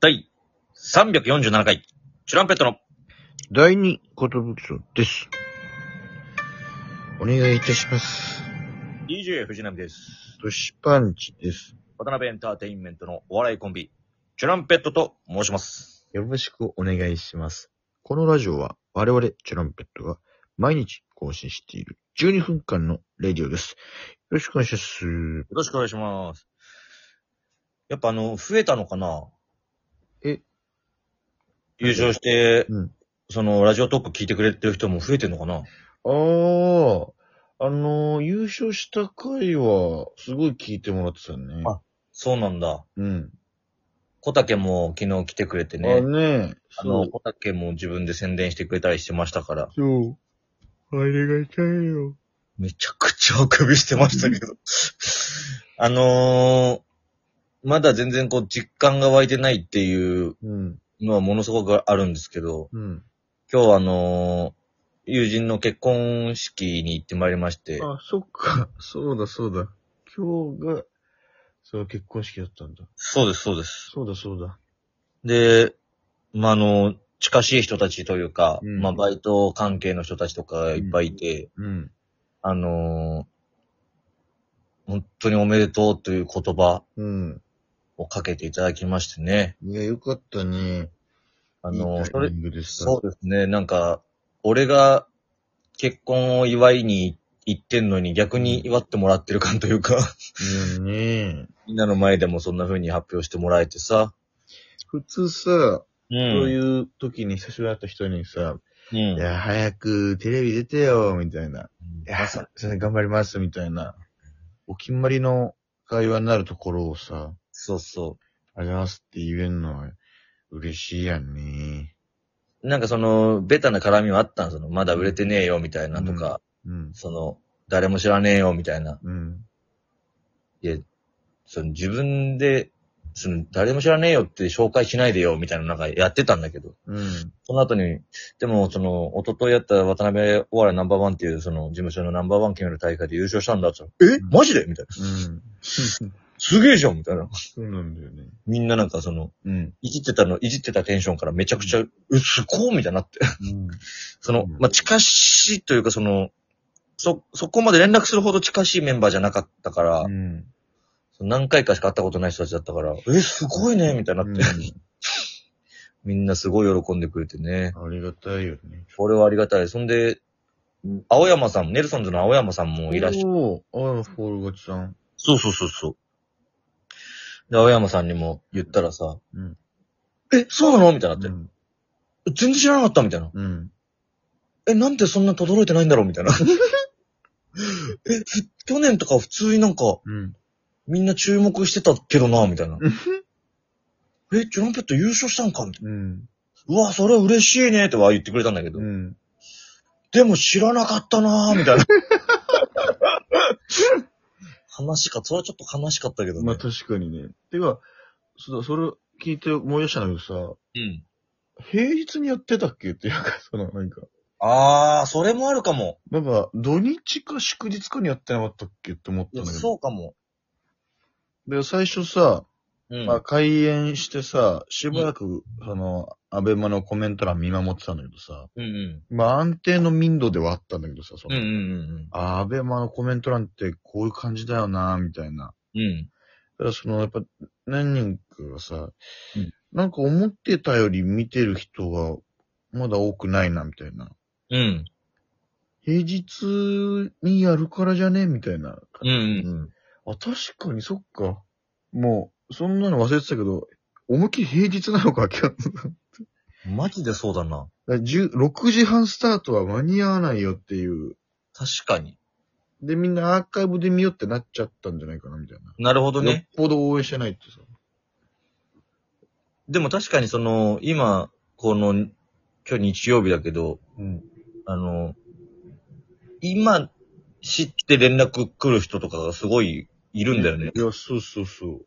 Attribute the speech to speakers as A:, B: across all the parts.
A: 第347回、チュランペットの、
B: 第二ことぶきです。お願いいたします。
A: DJ 藤波です。
B: トシパンチです。
A: 渡辺エンターテインメントのお笑いコンビ、チュランペットと申します。
B: よろしくお願いします。このラジオは我々チュランペットが毎日更新している12分間のレディオです。よろしくお願いします。
A: よろしくお願いします。やっぱあの、増えたのかな
B: え
A: 優勝して、
B: うん
A: その、ラジオトーク聞いてくれてる人も増えてんのかな
B: あー、あのー、優勝した回はすごい聞いてもらってたね。
A: あそうなんだ。
B: うん。
A: 小竹も昨日来てくれて
B: あ
A: ね。
B: ね
A: あの、小竹も自分で宣伝してくれたりしてましたから。
B: そう。あれが痛いよ。
A: めちゃくちゃあくびしてましたけど。あのー、まだ全然こう実感が湧いてないっていう
B: うん。
A: のはものすごくあるんですけど、
B: うん。
A: 今日はあのー、友人の結婚式に行ってまいりまして、
B: あ、そっか。 そうだ、そうだ。今日が、その結婚式だったんだ。
A: そうです、そうです。
B: そうだ、そうだ。
A: で、まあ、あの、近しい人たちというか、
B: うん
A: まあ、バイト関係の人たちとかがいっぱいいて、
B: うん。
A: あのー、本当におめでとうという言葉
B: うん。
A: をかけていただきましてね、
B: いや、よかったね。
A: あ
B: あ
A: のー
B: いい
A: そ
B: タ
A: れ
B: イミ、ングでした。
A: そうですね。なんか、俺が結婚を祝いに行ってんのに逆に祝ってもらってる感というか、
B: いやね。
A: みんなの前でもそんな風に発表してもらえてさ。
B: 普通さ、
A: う。
B: そうんいう時に久しぶりに会った人にさ、
A: う
B: い
A: ん。
B: や、早くテレビ出てよ、みたいな。いや、
A: ます
B: い
A: さ
B: ません頑張ります、みたいな。お決まりの会話になるところをさ、
A: そうそ
B: ありがとうございますって言えるのは嬉しいやんね。
A: う。なんかその、ベタな絡みはあったんその、まだ売れてねえよ、みたいなとか、
B: うん。
A: その、誰も知らねえよ、みたいな。
B: うん。
A: いや、その、自分で、その、誰も知らねえよって紹介しないでよ、みたいななんかやってたんだけど。
B: うん。
A: その後に、でも、その、一昨日やった渡辺お笑いナンバーワンっていう、その、事務所のナンバーワン決める大会で優勝したんだって言ったらえマジでみたいな。
B: うん。
A: すげえじゃんみたいな。
B: そうなんだよね。
A: みんななんかその、
B: うん。
A: いじってたの、いじってたテンションからめちゃくちゃ、え、すごいみたいになって。 その、まあ、近しいというか、その、そ、そこまで連絡するほど近しいメンバーじゃなかったから、
B: うん。
A: その何回かしか会ったことない人たちだったから、え、すごいねみたいになって。みんなすごい喜んでくれてね。
B: ありがたいよね。
A: これはありがたい。そんで、青山さん、ネルソンズの青山さんもいらっしゃる。
B: おー、青山フォール勝ちさん。
A: そうそうそうそう。で、青山さんにも言ったらさ、
B: うん
A: え、そうなのみたいにな
B: う
A: って、
B: ん。
A: 全然知らなかったみたいな。
B: うん。
A: え、なんでそんな轟いてないんだろうみたいな。 え、ふ去年とか普通になんか、
B: うん。
A: みんな注目してたけどな、みたいな。え、チュランペット優勝したんかみたいな。
B: うん。
A: うわ、それは嬉しいね、とは言ってくれたんだけど。
B: うん。
A: でも知らなかったなぁ、みたいな。 悲しかった。それはちょっと悲しかったけどね。
B: まあ確かにね。てか、そうだ、それ聞いて思い出したんだけど
A: うん。
B: さ、平日にやってたっけっていうか、その、なんか、
A: あー、それもあるかも。
B: なんか、土日か祝日かにやってなかったっけって思っ
A: い
B: た
A: や
B: んだけ
A: そ
B: ど。
A: うかも。
B: で、最初さ、
A: うん。
B: まあ開演してさ、しばらく、その、アベマのコメント欄見守ってたんだけどさ、
A: うんうん。
B: まあ安定の民度ではあったんだけどさ、そ
A: うん
B: の、
A: うんうん
B: あ、アベマのコメント欄ってこういう感じだよな、みたいな。
A: うん。うん。
B: だからその、やっぱ、何人かがさ、
A: うん
B: なんか思ってたより見てる人が、まだ多くないな、みたいな。
A: うん。
B: 平日にやるからじゃねみたいな。
A: うんうん
B: あ、確かに、そっか。もう、そんなの忘れてたけど、思いっきり平日なのか、今日。
A: うん。マジでそうだな。
B: だから10 6時半スタートは間に合わないよっていう。
A: 確かに。
B: で、みんなアーカイブで見ようってなっちゃったんじゃないかな、みたいな。
A: なるほど
B: よっ
A: ね。
B: ぽど応援してないってさ。
A: でも確かにその、今、この、今日日曜日だけど、
B: うん。
A: あの、今、知って連絡来る人とかがすごいいるんだよね。
B: いや、そうそうそう。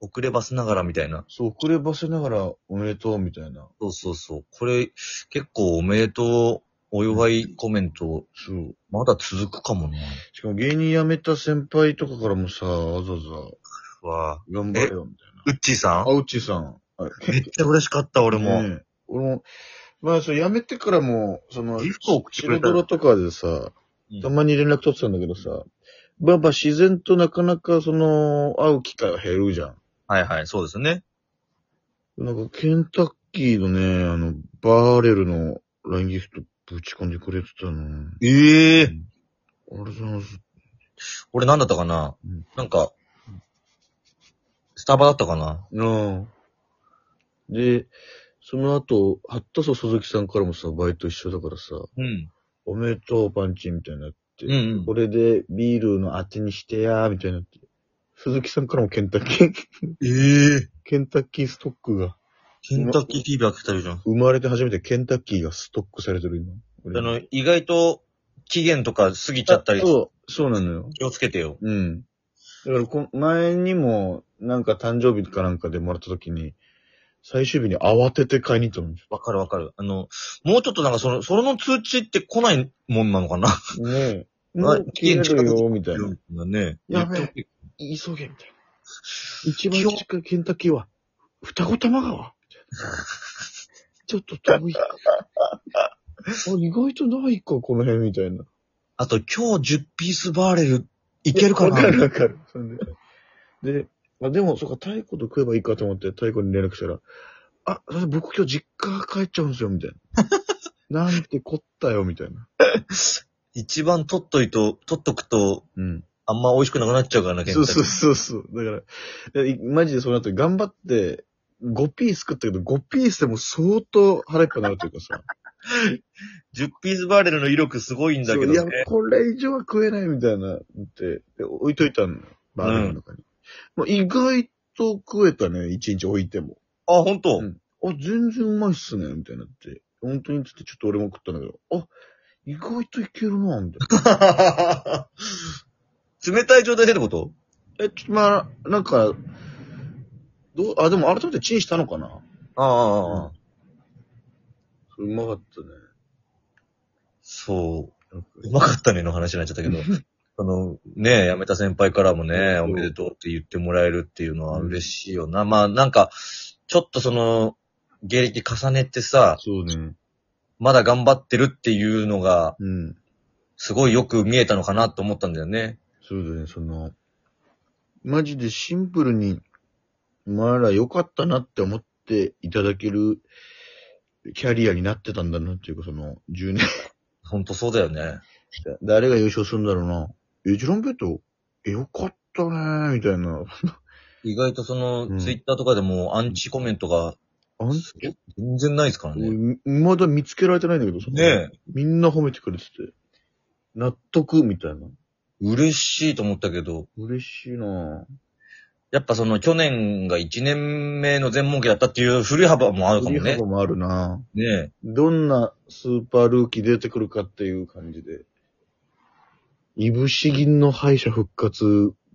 A: 遅ればせながらみたいな。
B: そう、遅ればせながらおめでとうみたいな。
A: そうそうそう。これ、結構おめでとう、お祝いコメント、
B: そう。
A: まだ続くかもな。
B: しかも芸人辞めた先輩とかからもさ、わざわざ、
A: わ
B: 頑張れよ、みたい
A: ウッチーさ
B: な。
A: ん
B: あ、うちさん。
A: めっちゃ嬉しかった、俺も。
B: ねえ俺も、まあ、そう、辞めてからも、その、
A: ギフトを送ってく
B: 白
A: れた
B: 泥とかでさ、たまに連絡取ってたんだけどさ、まあまあ自然となかなかその、会う機会は減るじゃん。
A: はいはい、そうですね。
B: なんかケンタッキーのね、あの、バーレルの LINE ギフトぶち込んでくれてたの。
A: ええ
B: ありがとうございます。
A: 俺なんだったかな、
B: うん
A: なんか、スタバだったかな
B: なあ。で、その後、ハッタソ鈴木さんからもさ、バイト一緒だからさ、
A: うん。
B: おめでとうパンチみたいになって、
A: うんうん
B: こ。れでビールの当てにしてやーみたいになって、鈴木さんからもケンタッキー、
A: ええ
B: ケンタッキーストックが、
A: ケンタッキーフィーバー来てるじゃん。
B: 生まれて初めてケンタッキーがストックされてる今。俺
A: あの、意外と、期限とか過ぎちゃったり、
B: そう、そうなのよ。
A: 気をつけてよ。
B: うん。だからこ、前にも、なんか誕生日かなんかでもらった時に、最終日に慌てて買いに行ったのに。
A: わかるわかる。あの、もうちょっとなんかその、その通知って来ないもんなのかな
B: ねえ。も
A: まあ
B: う消えるよ、みたいな。
A: ね。
B: やべえ
A: 言っとけ
B: 急げ、みたいな。一番近いケンタッキーは、双子玉 川。ちょっと遠い。あ、意外とないか、この辺、みたいな。
A: あと今日10ピースバーレルいけるかな
B: わかるわかる。そんで、で、あでも、そっか、太鼓と食えばいいかと思って、太鼓に連絡したら、あ、それ僕今日実家帰っちゃうんですよ、みたい な。なんてこったよ、みたいな。
A: 一番取っといと、取っとくと、
B: うん。
A: あんま美味しくなくなっちゃうからな、ケンタ
B: そう
A: ッキー
B: そうそうそう。だから、いやいマジでその後頑張って、5ピース食ったけど、5ピースでも相当腹いっぱいになるというかさ。
A: 10ピースバーレルの威力すごいんだけど
B: そうい
A: ね
B: や、。これ以上は食えないみたいな、って、で置いといたのよ。バーガーの中に。まあ意外と食えたね、1日置いても。
A: あ、本当、
B: うんあ、全然うまいっすね、みたいになって。本当にっつってちょっと俺も食ったんだけど、あ、意外といけるな、みたいな。
A: 冷たい状態でってこと
B: え、ちょっとまあ、なんか、どう、あ、でも改めてチンしたのかな
A: ああ、
B: うんうまかったね。
A: そ
B: なんか
A: う。うまかったねの話になっちゃった けど。その、ねえ、辞めた先輩からもね、おめでとうって言ってもらえるっていうのは嬉しいよな。まあ、なんか、ちょっとその、芸歴重ねてさ、
B: そうね。
A: まだ頑張ってるっていうのが、
B: うん。
A: すごいよく見えたのかなと思ったんだよね。
B: そうだね、その、マジでシンプルに、お前ら良かったなって思っていただけるキャリアになってたんだなっていうか、その、10年。
A: ほんとそうだよね。
B: 誰が優勝するんだろうな。え、ジロンベット、え、よかったねー、みたいな。
A: 意外とその、
B: うん
A: ツイッターとかでもアンチコメントが
B: あん
A: 全然ないですからね。
B: 俺まだ見つけられてないんだけど、その
A: ねえ、
B: みんな褒めてくれてて、納得みたいな。
A: 嬉しいと思ったけど、
B: 嬉しいなぁ。
A: やっぱその去年が1年目の全問期だったっていう振り幅もあるか
B: 振
A: も
B: り
A: ね
B: 幅。もあるなぁ。
A: ね
B: どんなスーパールーキー出てくるかっていう感じで。いぶし銀の敗者復活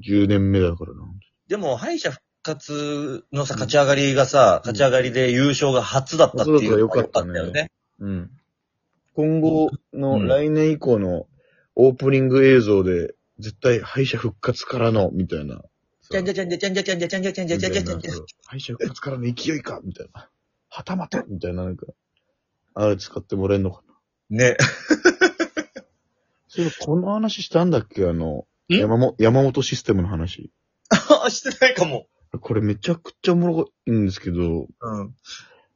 B: 10年目だからな。
A: でも敗者復活のさ、勝ち上がりがさ、勝ち上がりで優勝が初だったっていうのが良かったよね。
B: うん。今後
A: う
B: の
A: ん
B: 来年以降のオープニング映像で、絶対敗者復活からの、みたいな。
A: ちゃんじゃちゃんじゃちゃんじゃちゃんじゃちゃんじゃちゃんじゃちゃんじゃちゃんじゃ。
B: 敗者復活からの勢いかみたいな。はたまたみたいな、なんか、あれ使ってもらえんのかな。
A: ね。
B: そういえばこの話したんだっけあの、
A: ん
B: 山本、山本システムの話。
A: あしてないかも。
B: これめちゃくちゃおもろいんですけど、
A: うん。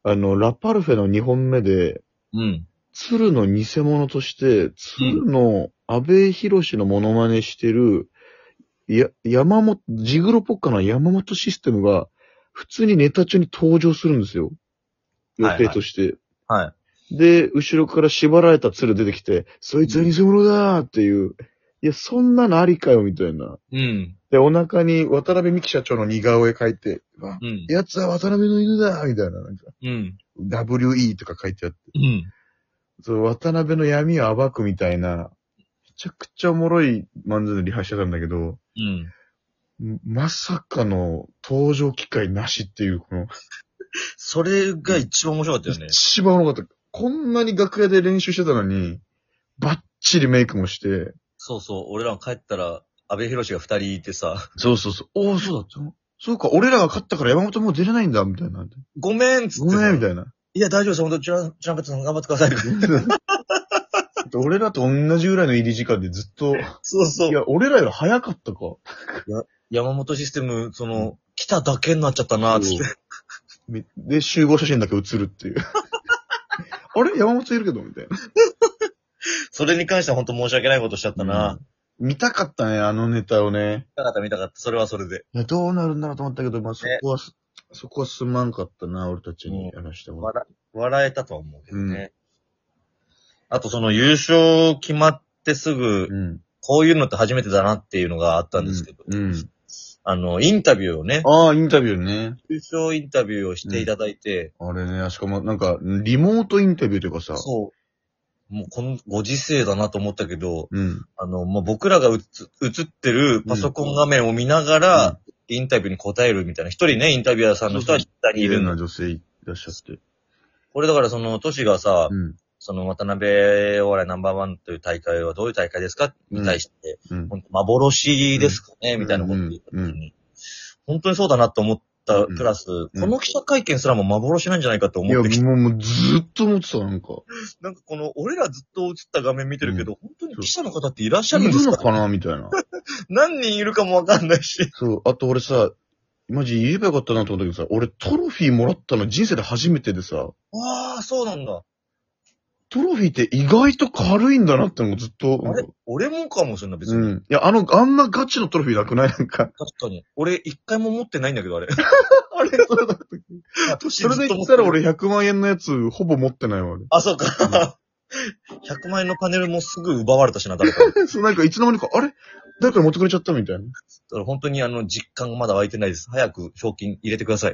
B: あの、ラパルフェの2本目で、
A: うん。
B: 鶴の偽物として、鶴の安倍博士のモノマネしてる、や、山本、ジグロポッカの山本システムが、普通にネタ中に登場するんですよ。予定として。
A: はい。
B: で、後ろから縛られた鶴出てきて、そいつは偽物だーっていう。いや、そんなのありかよ、みたいな。
A: うん。
B: で、お腹に渡辺美希社長の似顔絵描いて、あ
A: うん。
B: やつは渡辺の犬だーみたいな、なんか、
A: うん。
B: WE とか書いてあって。
A: うん。
B: そう、渡辺の闇を暴くみたいな、めちゃくちゃおもろい漫才でリハしてたんだけど、
A: うん。
B: んまさかの登場機会なしっていう、この、
A: それが一番面白かったよね。
B: 一番おもろかった。こんなに楽屋で練習してたのに、バッチリメイクもして、
A: そうそう。俺らが帰ったら、安倍博士が二人いてさ、
B: そうそうそう。おお、そうだった。そうか、俺らが勝ったから山本もう出れないんだ、みたいな。
A: ごめんっつっ
B: ご
A: て。
B: めん、み
A: い
B: た いな。
A: や、大丈夫です。本当、ちら、ちらかさん頑張ってください。
B: 俺らと同じぐらいの入り時間でずっと、
A: そうそ
B: い。や、俺らより早かったか。
A: 山本システム、その、来ただけになっちゃったな、つって。
B: みで、集合写真だけ写るって いう。あれ山本いるけど、みたいな。
A: それに関しては本当申し訳ないことしちゃったな。
B: 見たかったね、あのネタをね。
A: 見たかった見たかった。それはそれで。
B: いや、どうなるんだろうと思ったけど、まあ、そこはす、そこはすまんかったな、俺たちにやらしてもらって。
A: 笑、笑えたとは思うけどね。あとその優勝決まってすぐ、
B: うん。
A: こういうのって初めてだなっていうのがあったんですけど、
B: うん。
A: あの、インタビューをね、
B: ああ、インタビューね。
A: 優勝インタビューをしていただいて、
B: あれね、しかもなんか、リモートインタビューというかさ。
A: そう。もうこのご時世だなと思ったけど、
B: う。うん。
A: あの、もう僕らが映映ってるパソコン画面を見ながら、
B: うん
A: インタビューに答えるみたいな、一人ね、インタビュアーさんの人は実際にい
B: い
A: る
B: ろん
A: の。
B: な女性いらっしゃって。
A: これだからその、都市がさ、
B: うん。
A: その渡辺お笑いナンバーワンという大会はどういう大会ですかに対して、
B: うん。
A: 本当幻ですかね、
B: うん
A: みたいなことを言った時に、
B: うんう
A: 本当にそうだなと思った、プラス、こ
B: ん
A: の記者会見すらも幻なんじゃないかと
B: いや、
A: 思ってきて、
B: もう、もうずっと思ってた、なんか。
A: なんかこの、俺らずっと映った画面見てるけど、本当に記者の方っていらっしゃるん
B: い
A: で
B: る
A: す
B: の
A: か
B: かなみたいな。
A: 何人いるかもわかんないし。
B: そう、あと俺さ、マジ言えばよかったなと思ったけどさ、俺トロフィーもらったの人生で初めてでさ、
A: ああ、そうなんだ。
B: トロフィーって意外と軽いんだなってのもずっと。
A: あれ俺もかもしれない、別
B: う
A: に。
B: ん。いや、あの、あんなガチのトロフィーなくないなんか。
A: 確かに。俺、一回も持ってないんだけど、あれ。
B: あれ、それだった それで言ったら。俺100万円のやつほぼ持ってないわ、
A: あ、そうか。100万円のパネルもすぐ奪われたしな、誰かに。 だか
B: 俺。そう、なんかいつの間にか、あれ誰かに持ってくれ ちゃったみたいな。
A: ら本当にあの、実感がまだ湧いてないです。早く賞金入れてください。